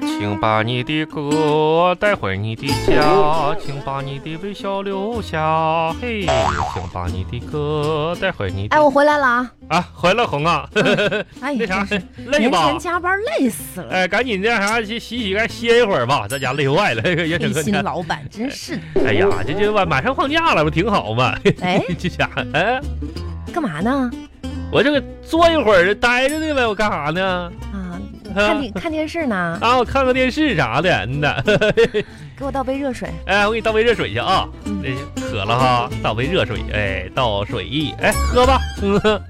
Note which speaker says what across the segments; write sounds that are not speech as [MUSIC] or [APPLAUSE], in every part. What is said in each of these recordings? Speaker 1: 请把你的歌带回你的家，请把你的微笑留下。嘿，请把你的歌带回你的
Speaker 2: 哎，我回来了啊！
Speaker 1: 啊，回来红啊， [LAUGHS]
Speaker 2: 哎
Speaker 1: 那啥
Speaker 2: [LAUGHS] 呀，真是
Speaker 1: 累
Speaker 2: 年
Speaker 1: 吧
Speaker 2: 前？加班累死了，
Speaker 1: 哎，赶紧那啥去洗洗，该歇一会儿吧，在家累坏了。这个严
Speaker 2: 黑
Speaker 1: 整哥，你
Speaker 2: 心
Speaker 1: 看，
Speaker 2: 老板真是的。
Speaker 1: 哎呀，这这晚马上放假了，不挺好吗？
Speaker 2: [LAUGHS] 哎，
Speaker 1: 这家伙，哎，
Speaker 2: 干嘛呢？
Speaker 1: 我这个坐一会儿待着呢呗，我干啥呢？
Speaker 2: 啊，看
Speaker 1: 啊
Speaker 2: 电看电视呢，
Speaker 1: 啊，我看个电视啥的，嗯呐。
Speaker 2: 给我倒杯热水。
Speaker 1: 哎，我给你倒杯热水去啊，
Speaker 2: 嗯
Speaker 1: 那渴了哈，倒杯热水，哎，倒水意，哎，喝吧， [LAUGHS] 嗯，呵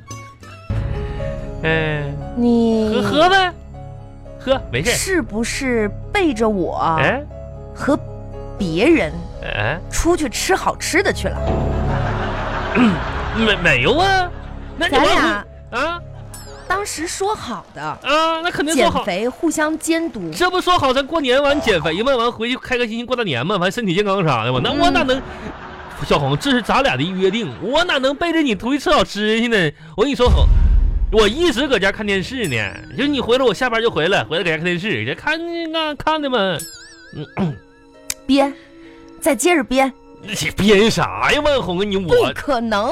Speaker 1: 哎，
Speaker 2: 你
Speaker 1: 喝喝呗，喝，没事，
Speaker 2: 是不是背着我
Speaker 1: 哎，
Speaker 2: 和别人
Speaker 1: 哎，
Speaker 2: 出去吃好吃的去了？
Speaker 1: 没没有啊，那你
Speaker 2: 咱
Speaker 1: 忘
Speaker 2: 俩
Speaker 1: 啊
Speaker 2: 当时说好的
Speaker 1: 啊，那肯定说
Speaker 2: 减
Speaker 1: 好，
Speaker 2: 肥，互相监督。
Speaker 1: 这不说好咱过年完减肥吗？完回去开开心心过大年嘛，完身体健康啥的嘛，那我
Speaker 2: 嗯
Speaker 1: 哪能？小红，这是咱俩的约定，我哪能背着你出去吃好吃去呢？我跟你说好，我一直搁家看电视呢，就是你回来，我下班就回来，回来搁家看电视，这看那看的嘛，
Speaker 2: 编，再接着编，
Speaker 1: 那些编啥呀？万红啊，你
Speaker 2: 不
Speaker 1: 我
Speaker 2: 可能！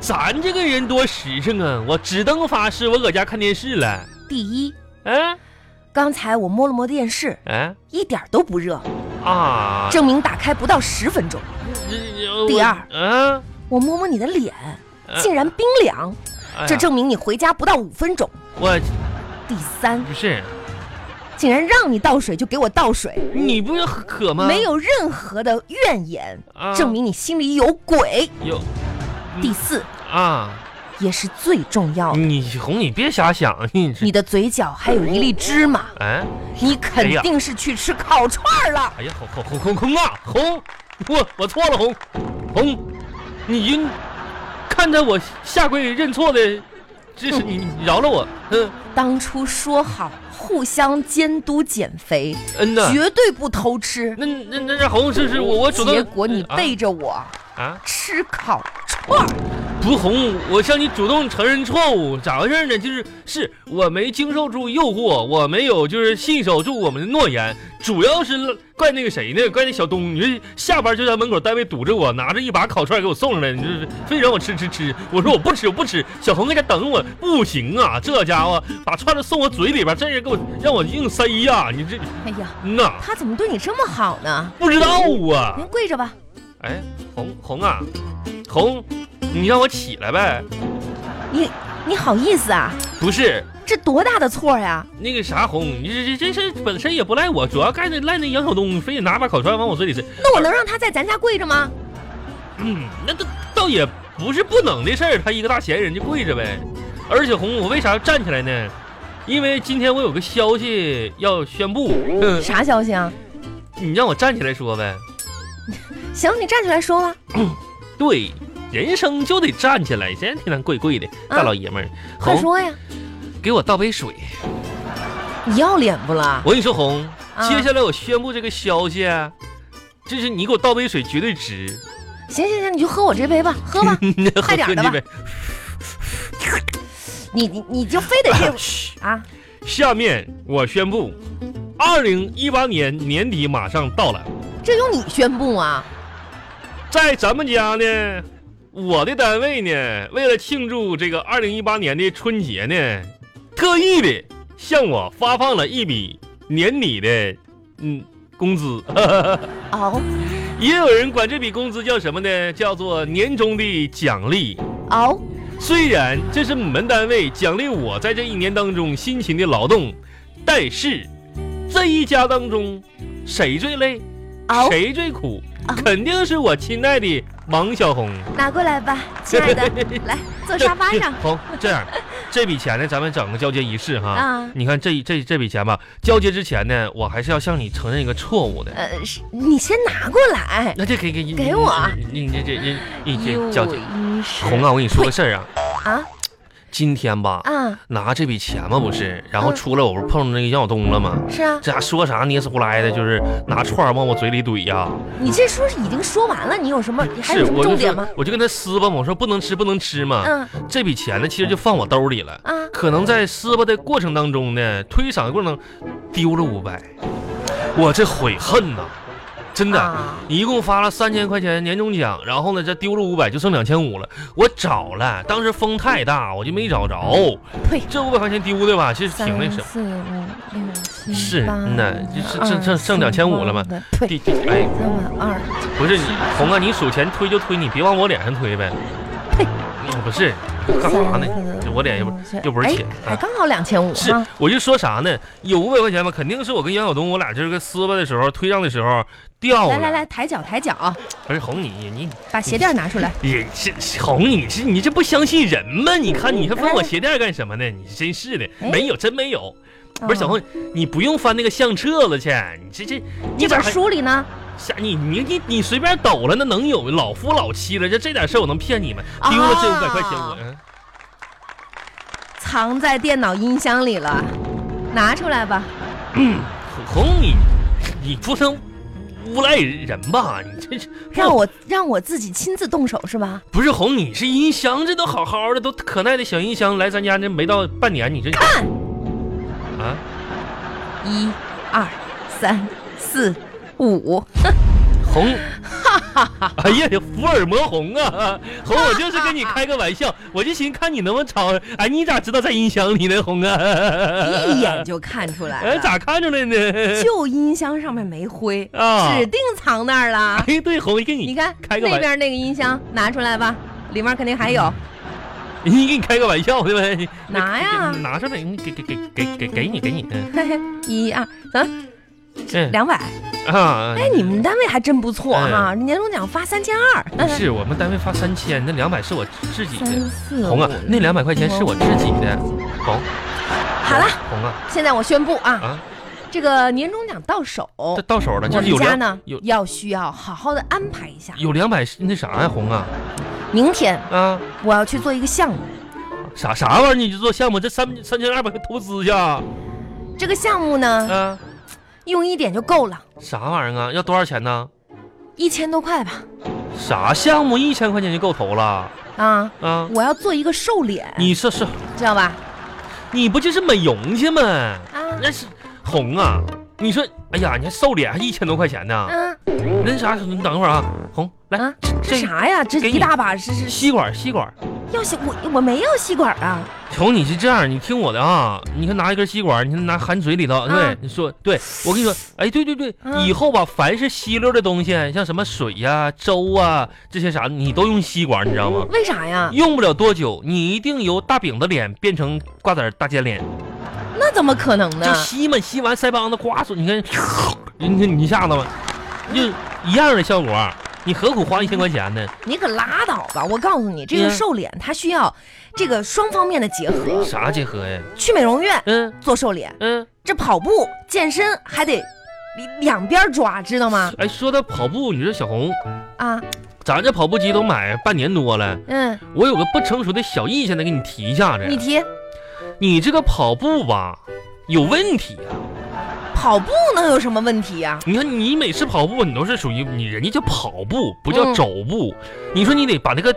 Speaker 1: 咱这个人多实诚啊，我指灯发誓，我搁家看电视了，
Speaker 2: 第一，啊
Speaker 1: 哎
Speaker 2: 刚才我摸了摸电视，
Speaker 1: 哎
Speaker 2: 一点儿都不热，
Speaker 1: 啊，
Speaker 2: 证明打开不到十分钟。
Speaker 1: 这
Speaker 2: 第二，
Speaker 1: 我啊，
Speaker 2: 我摸摸你的脸，竟然冰凉，
Speaker 1: 哎呀
Speaker 2: 这证明你回家不到五分钟。
Speaker 1: 我
Speaker 2: 第三，
Speaker 1: 不是。
Speaker 2: 竟然让你倒水就给我倒水，
Speaker 1: 你不是很渴吗？
Speaker 2: 没有任何的怨言，
Speaker 1: 啊
Speaker 2: 证明你心里有鬼。
Speaker 1: 有嗯
Speaker 2: 第四，
Speaker 1: 啊！
Speaker 2: 也是最重要的，
Speaker 1: 你红，你别瞎想，啊你这
Speaker 2: 你的嘴角还有一粒芝麻，
Speaker 1: 哎
Speaker 2: 你肯定是去吃烤串儿了。
Speaker 1: 哎呀，红红红红红啊，红！我我错了，红红，你晕，看在我下跪认错的，这是你你饶了我，嗯
Speaker 2: 当初说好互相监督减肥，
Speaker 1: 嗯呐，
Speaker 2: 绝对不偷吃，
Speaker 1: 那那那那红是是我我主动，
Speaker 2: 结果你
Speaker 1: 啊
Speaker 2: 背着我
Speaker 1: 啊
Speaker 2: 吃烤串儿。
Speaker 1: 不红，我向你主动承认错误，咋回事呢？就是是我没经受住诱惑，我没有就是信守住我们的诺言，主要是怪那个谁呢？怪那小东，你这下班就在门口单位堵着我，拿着一把烤串给我送上来，你这非让我吃吃吃，我说我不吃我不吃，小红在家等我，不行啊，这家伙把串子送我嘴里边，这人给我让我硬塞呀、你这
Speaker 2: 哎呀，
Speaker 1: 呐
Speaker 2: 他怎么对你这么好呢？
Speaker 1: 不知道啊，
Speaker 2: 您跪着吧，
Speaker 1: 哎红红啊红，你让我起来呗，
Speaker 2: 你你好意思啊？
Speaker 1: 不是。
Speaker 2: 这多大的错呀、
Speaker 1: 那个啥红，你这这这事本身也不赖我，主要赖那赖那杨晓东，非得拿把烤串往我嘴里塞。
Speaker 2: 那我能让他在咱家跪着吗？
Speaker 1: 嗯，那倒倒也不是不能的事儿，他一个大闲人就跪着呗。而且红，我为啥要站起来呢？因为今天我有个消息要宣布，嗯
Speaker 2: 啥消息啊？
Speaker 1: 你让我站起来说呗。
Speaker 2: 行，你站起来说啊吧。
Speaker 1: 对，人生就得站起来，谁天天跪跪的大老爷们儿。
Speaker 2: 嗯快
Speaker 1: 红，
Speaker 2: 说呀！
Speaker 1: 给我倒杯水。
Speaker 2: 你要脸不啦？
Speaker 1: 我跟你说，红，
Speaker 2: 啊
Speaker 1: 接下来我宣布这个消息啊，就是你给我倒杯水绝对值。 [LAUGHS]
Speaker 2: 行行行，你就喝我这杯吧，喝吧。快点儿的吧
Speaker 1: 喝你
Speaker 2: 你你你就非得
Speaker 1: 呗 [LAUGHS]
Speaker 2: 这
Speaker 1: 嘘
Speaker 2: 啊？
Speaker 1: 下面我宣布，二零一八年年底马上到了，
Speaker 2: 这用你宣布啊？
Speaker 1: 在咱们家呢，我的单位呢，为了庆祝这个二零一八年的春节呢，特意的向我发放了一笔年底的嗯工资， [LAUGHS]
Speaker 2: 哦
Speaker 1: 也有人管这笔工资叫什么呢？叫做年终的奖励。
Speaker 2: 哦，
Speaker 1: 虽然这是你们单位奖励我在这一年当中辛勤的劳动，但是这一家当中，谁最累，
Speaker 2: 嗷
Speaker 1: 谁最苦
Speaker 2: 嗷，
Speaker 1: 肯定是我亲爱的王小红。
Speaker 2: 拿过来吧，亲爱
Speaker 1: [LAUGHS]
Speaker 2: 的，来坐沙发上
Speaker 1: 红，这样，这笔钱呢，咱们整个交接仪式哈。
Speaker 2: 啊。
Speaker 1: 你看这这这笔钱吧，交接之前呢，我还是要向你承认一个错误的。
Speaker 2: 呃，是你先拿过来。哎
Speaker 1: 那这给给你
Speaker 2: 给我
Speaker 1: 你你你这你你这
Speaker 2: 又
Speaker 1: 交接。
Speaker 2: 一是
Speaker 1: 红啊，我跟你说个事儿啊，
Speaker 2: 啊，
Speaker 1: 今天吧，
Speaker 2: 啊，
Speaker 1: 拿这笔钱嘛不是，然后
Speaker 2: 嗯
Speaker 1: 出来我不碰上那个杨晓东了吗？
Speaker 2: 是啊，
Speaker 1: 这家说啥捏死呼来的，就是拿串儿往我嘴里怼呀、
Speaker 2: 你这说已经说完了，你有什么还
Speaker 1: 是，
Speaker 2: 有什么
Speaker 1: 我就啊
Speaker 2: 重点
Speaker 1: 说
Speaker 2: 吗？
Speaker 1: 我就跟他撕吧嘛，我说不能吃不能吃嘛。
Speaker 2: 嗯
Speaker 1: 这笔钱呢，其实就放我兜里了。
Speaker 2: 啊，
Speaker 1: 可能在撕巴的过程当中呢，推搡的过程当中丢了五百，我这悔恨呐、真的。
Speaker 2: 啊
Speaker 1: 你一共发了三千块钱年终奖，然后呢，这丢了五百，就剩两千五了。我找了，当时风太大，我就没找着。
Speaker 2: 呸，
Speaker 1: 这五百块钱丢的吧，其实
Speaker 2: 三
Speaker 1: 挺那什么。
Speaker 2: 四五六七
Speaker 1: 是
Speaker 2: 八
Speaker 1: 那
Speaker 2: 九
Speaker 1: 就是
Speaker 2: 二
Speaker 1: 剩剩剩2500了嘛
Speaker 2: 四五六对，
Speaker 1: 第第哎，
Speaker 2: 三万二，
Speaker 1: 不是你红啊，你数钱推就推，你别往我脸上推呗。
Speaker 2: 呸
Speaker 1: 哦，不是，干啥呢？我脸又不
Speaker 2: 是
Speaker 1: 又不是钱
Speaker 2: 哎还
Speaker 1: 啊
Speaker 2: 刚好两千五
Speaker 1: 是
Speaker 2: 哈，，
Speaker 1: 我就说啥呢？有五百块钱吧，肯定是我跟杨晓东，我俩就是个撕巴的时候、推让的时候掉了。
Speaker 2: 来来来，抬脚抬脚，
Speaker 1: 不是哄你，你
Speaker 2: 把鞋垫拿出来，
Speaker 1: 也是哄你，是你这不相信人吗？你看你还翻我鞋垫干什么呢？你真是的，
Speaker 2: 嗯哎嗯
Speaker 1: 没有，真没有。不是小
Speaker 2: 红，
Speaker 1: 红，你不用翻那个相册了去，你这这
Speaker 2: 这
Speaker 1: 你
Speaker 2: 本
Speaker 1: 咋
Speaker 2: 书里呢？
Speaker 1: 瞎你你你你随便抖了，那能有老夫老妻了？这这点事儿我能骗你们？丢了这五百块钱我。
Speaker 2: 啊
Speaker 1: 嗯
Speaker 2: 藏在电脑音箱里了，拿出来吧。
Speaker 1: 哄你，你不能诬赖人吧？你这是
Speaker 2: 让我让我自己亲自动手是吧？
Speaker 1: 不是哄你，是音箱，这都好好的，都可耐的小音箱来咱家这没到半年，你这
Speaker 2: 看，
Speaker 1: 啊，
Speaker 2: 一、二、三、四、
Speaker 1: [LAUGHS]
Speaker 2: 五， [LAUGHS]
Speaker 1: 哄，哎呀，福尔摩红啊，哄我就是跟
Speaker 2: [LAUGHS]
Speaker 1: 你开个玩笑，我就寻思看你能不能吵，哎，你咋知道在音箱里呢，红啊？
Speaker 2: 一眼就看出来
Speaker 1: [LAUGHS] 哎，
Speaker 2: 了，
Speaker 1: 咋看出来呢？
Speaker 2: 就音箱上面没灰，
Speaker 1: 啊
Speaker 2: 指定藏那儿了。
Speaker 1: 哎，对，红，给
Speaker 2: 你
Speaker 1: 你
Speaker 2: 看
Speaker 1: 开个
Speaker 2: 那
Speaker 1: 玩嗯
Speaker 2: 边那个音箱，拿出来吧，里面肯定还有。
Speaker 1: 你给你开个玩笑对呗？你
Speaker 2: [LAUGHS] 拿哎呀
Speaker 1: 你拿上来，你给给给给给给你给你，嗯
Speaker 2: 嘿嘿，一二，走，
Speaker 1: 嗯
Speaker 2: 两百。
Speaker 1: 啊，
Speaker 2: 哎，你们单位还真不错哈，年终奖发三千二。
Speaker 1: 不哎是我们单位发三千，那两百是我自己的
Speaker 2: 三。四
Speaker 1: 红啊，那两百块钱是我自己的。红，
Speaker 2: 好了，
Speaker 1: 红啊
Speaker 2: 现在我宣布啊，
Speaker 1: 啊，
Speaker 2: 这个年终奖到手，
Speaker 1: 到到手了，
Speaker 2: 我
Speaker 1: 就是有
Speaker 2: 们家
Speaker 1: 两
Speaker 2: 呢
Speaker 1: 有
Speaker 2: 要需要好好的安排一下。
Speaker 1: 有两百是那啥呀，红啊
Speaker 2: 明天
Speaker 1: 啊，
Speaker 2: 我要去做一个项目，
Speaker 1: 啥啥玩意儿？你就做项目，这三三千二百块投资去啊？
Speaker 2: 这个项目呢
Speaker 1: 啊，
Speaker 2: 用一点就够了，
Speaker 1: 啥玩意儿啊？要多少钱呢？
Speaker 2: 一千多块吧。
Speaker 1: 啥项目一千块钱就够投了
Speaker 2: 啊，
Speaker 1: 啊？
Speaker 2: 我要做一个瘦脸，
Speaker 1: 你是是，
Speaker 2: 知道吧？
Speaker 1: 你不就是美容去吗？
Speaker 2: 啊，
Speaker 1: 那是红啊！你说，哎呀，你还瘦脸还一千多块钱呢？
Speaker 2: 嗯
Speaker 1: 那啥，你等会儿啊，红来，
Speaker 2: 啊，这
Speaker 1: 这
Speaker 2: 啥呀？这
Speaker 1: 给
Speaker 2: 一
Speaker 1: 你
Speaker 2: 大把是是
Speaker 1: 吸管吸管。
Speaker 2: 要吸我我没要吸管啊，
Speaker 1: 瞅你是这样，你听我的啊，你看拿一根吸管，你看拿含嘴里头，对，
Speaker 2: 啊
Speaker 1: 你说，对我跟你说，哎，对对对，
Speaker 2: 嗯
Speaker 1: 以后吧，凡是吸溜的东西，像什么水呀、粥啊这些啥的，你都用吸管，你知道吗？
Speaker 2: 为啥呀？
Speaker 1: 用不了多久，你一定由大饼子脸变成瓜子儿大尖脸，
Speaker 2: 那怎么可能呢
Speaker 1: 就？吸嘛，吸完腮帮子刮出，你看，你看你一下子嘛，就一样的效果，你何苦花一千块钱呢？
Speaker 2: 你可拉倒吧！我告诉你，这个
Speaker 1: 嗯
Speaker 2: 瘦脸它需要这个双方面的结合，
Speaker 1: 啥结合呀？
Speaker 2: 去美容院
Speaker 1: 嗯
Speaker 2: 做瘦脸。
Speaker 1: 嗯，
Speaker 2: 这跑步健身还得两两边抓，知道吗？
Speaker 1: 哎，说到跑步，你说小红，
Speaker 2: 啊，
Speaker 1: 咱这跑步机都买半年多了。
Speaker 2: 嗯，
Speaker 1: 我有个不成熟的小意见，得给你提一下子。
Speaker 2: 你提
Speaker 1: 你这个跑步吧，有问题啊！
Speaker 2: 跑步能有什么问题呀、
Speaker 1: 你看你每次跑步，你都是属于你人家叫跑步，不叫
Speaker 2: 嗯
Speaker 1: 走步。你说你得把那个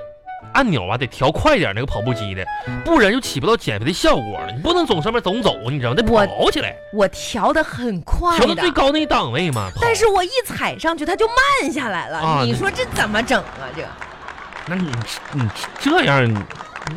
Speaker 1: 按钮啊，得调快点那个跑步机的，不然就起不到减肥的效果了。你不能总上面总走，你知道吗？得
Speaker 2: 我
Speaker 1: 跑起来，
Speaker 2: 我调的很快
Speaker 1: 调到
Speaker 2: 的，
Speaker 1: 最高那一档位嘛。跑
Speaker 2: 但是我一踩上去它就慢下来了。
Speaker 1: 啊
Speaker 2: 你
Speaker 1: 那
Speaker 2: 说这怎么整啊？这，
Speaker 1: 那你你这样你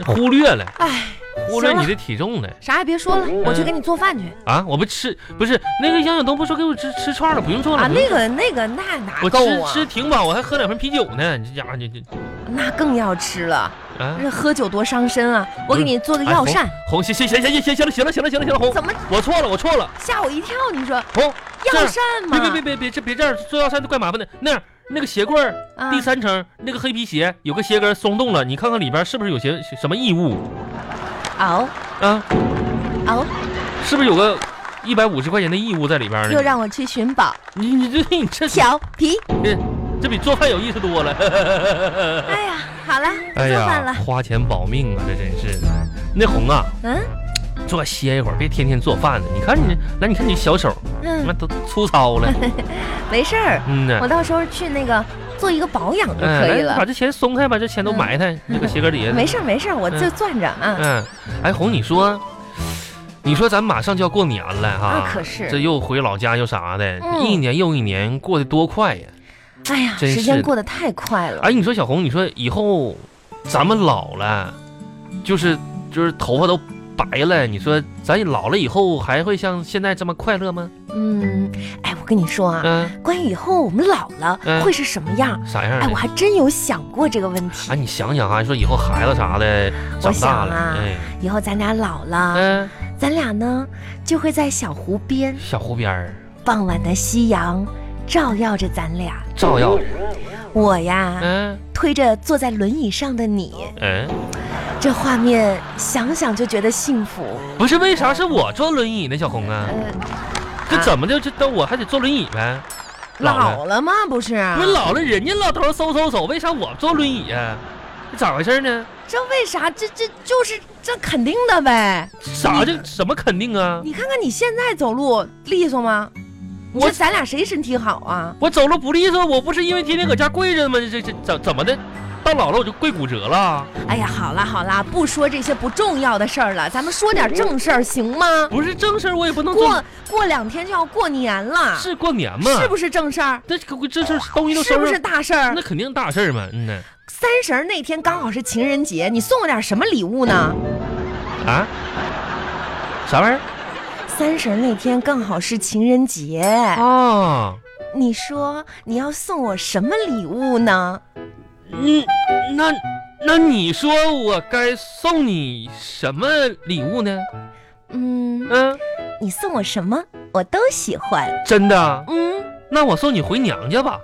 Speaker 1: 忽略了，
Speaker 2: 哎，
Speaker 1: 忽略
Speaker 2: 行了
Speaker 1: 你，的体重了
Speaker 2: 啥也别说了，我去给你做饭去
Speaker 1: 啊！我不吃，不是那个杨晓东不说给我吃吃串了，不用做了。
Speaker 2: 啊。
Speaker 1: 不用
Speaker 2: 那个那个那哪
Speaker 1: 我
Speaker 2: 够
Speaker 1: 吃
Speaker 2: 啊？
Speaker 1: 吃挺饱，我还喝两瓶啤酒呢。你这家伙，你这
Speaker 2: 那更要吃了，
Speaker 1: 啊！
Speaker 2: 这喝酒多伤身啊！我给你做个
Speaker 1: 哎
Speaker 2: 药膳，，
Speaker 1: 红红行行行行行行了行了行了行了行了红，
Speaker 2: 怎么
Speaker 1: 我错了我错了
Speaker 2: 吓我一跳？你说
Speaker 1: 红，这
Speaker 2: 药
Speaker 1: 样
Speaker 2: 膳嘛？
Speaker 1: 别别别别别这别这样做药膳都怪麻烦的。那样那个鞋柜儿
Speaker 2: 啊
Speaker 1: 第三层那个黑皮鞋有个鞋跟松动了，你看看里边是不是有些什么异物
Speaker 2: 熬
Speaker 1: 啊？
Speaker 2: 熬，
Speaker 1: 是不是有个一百五十块钱的异物在里边
Speaker 2: 又
Speaker 1: 呢？
Speaker 2: 让我去寻宝
Speaker 1: 你你这你这
Speaker 2: 调皮。
Speaker 1: 这比做饭有意思多了。
Speaker 2: [LAUGHS]
Speaker 1: 呃
Speaker 2: 哎呀，好了，不做饭了。
Speaker 1: 花钱保命啊，这真是的。那红啊，
Speaker 2: 嗯
Speaker 1: 坐歇一会儿，别天天做饭了。你看你，来，你看你小手，那
Speaker 2: 嗯，
Speaker 1: 都粗糙
Speaker 2: [LAUGHS]
Speaker 1: 了。
Speaker 2: 没事儿，
Speaker 1: 嗯呢
Speaker 2: 我，到时候去那个做一个保养就
Speaker 1: 哎
Speaker 2: 可以
Speaker 1: 来
Speaker 2: 了嗯
Speaker 1: 把。这钱松开，把这钱都埋汰这个鞋跟底下。
Speaker 2: 没事儿没事儿，我就攥着啊。
Speaker 1: 嗯，哎，红，你说，你说咱马上就要过年了哈，
Speaker 2: 啊那可是
Speaker 1: 这又回老家又啥的，
Speaker 2: 嗯
Speaker 1: 一年又一年过得多快呀！
Speaker 2: 哎呀，
Speaker 1: 真
Speaker 2: 时
Speaker 1: 是
Speaker 2: 间
Speaker 1: 的
Speaker 2: 过得太快了。
Speaker 1: 哎，你说小红，你说以后咱们老了，就是就是头发都白了，你说咱老了以后还会像现在这么快乐吗？
Speaker 2: 嗯，哎，我跟你说啊，
Speaker 1: 嗯、
Speaker 2: 关于以后我们老了
Speaker 1: 嗯
Speaker 2: 会是什么样，
Speaker 1: 啥样
Speaker 2: [LAUGHS] 哎，
Speaker 1: 的
Speaker 2: 我？还真有想过这个问题
Speaker 1: 哎，。你想想啊，你说以后孩子啥的长大了，
Speaker 2: 我想啊
Speaker 1: 哎，
Speaker 2: 以后咱俩老了，
Speaker 1: 嗯、
Speaker 2: 咱俩呢就会在小湖边，
Speaker 1: 小湖边儿
Speaker 2: 傍晚的夕阳照耀着咱俩。
Speaker 1: 照耀着，
Speaker 2: 我呀，
Speaker 1: 嗯
Speaker 2: 推着坐在轮椅上的你，
Speaker 1: 嗯、
Speaker 2: 这画面想想就觉得幸福。
Speaker 1: 不是为啥是我坐轮椅呢，小红啊？
Speaker 2: 呃，
Speaker 1: 这
Speaker 2: 啊
Speaker 1: 怎么的？这都我还得坐轮椅呗？了，
Speaker 2: 老了吗？不是，
Speaker 1: 不是老了，人家老头搜搜手，为啥我坐轮椅啊？这咋回事呢？
Speaker 2: 这为啥？这这就是这肯定的呗。
Speaker 1: 啥这什么肯定啊？
Speaker 2: 你看看你现在走路利索吗？
Speaker 1: 我
Speaker 2: 你说咱俩谁身体好啊？
Speaker 1: 我走路不利索，我不是因为天天搁家跪着吗？这这怎怎么的？到老了我就跪骨折了？
Speaker 2: 哎呀，好啦好啦，不说这些不重要的事儿了，咱们说点正事儿行吗？
Speaker 1: 不是正事儿，我也不能做
Speaker 2: 过，过两天就要过年了，
Speaker 1: 是过年嘛？
Speaker 2: 是不是正事儿？
Speaker 1: 这这事儿东西都收
Speaker 2: 是
Speaker 1: 拾
Speaker 2: 不是大事儿
Speaker 1: 那？肯定大事儿嘛，嗯呐，
Speaker 2: 三十儿那天刚好是情人节，你送我点什么礼物呢？
Speaker 1: 啊，啥玩意
Speaker 2: 三十儿那天刚好是情人节，
Speaker 1: 儿？啊，
Speaker 2: 你说你要送我什么礼物呢？
Speaker 1: 嗯，那那你说我该送你什么礼物呢？
Speaker 2: 嗯，
Speaker 1: 嗯、
Speaker 2: 你送我什么我都喜欢。
Speaker 1: 真的？啊
Speaker 2: 嗯，
Speaker 1: 那我送你回娘家吧。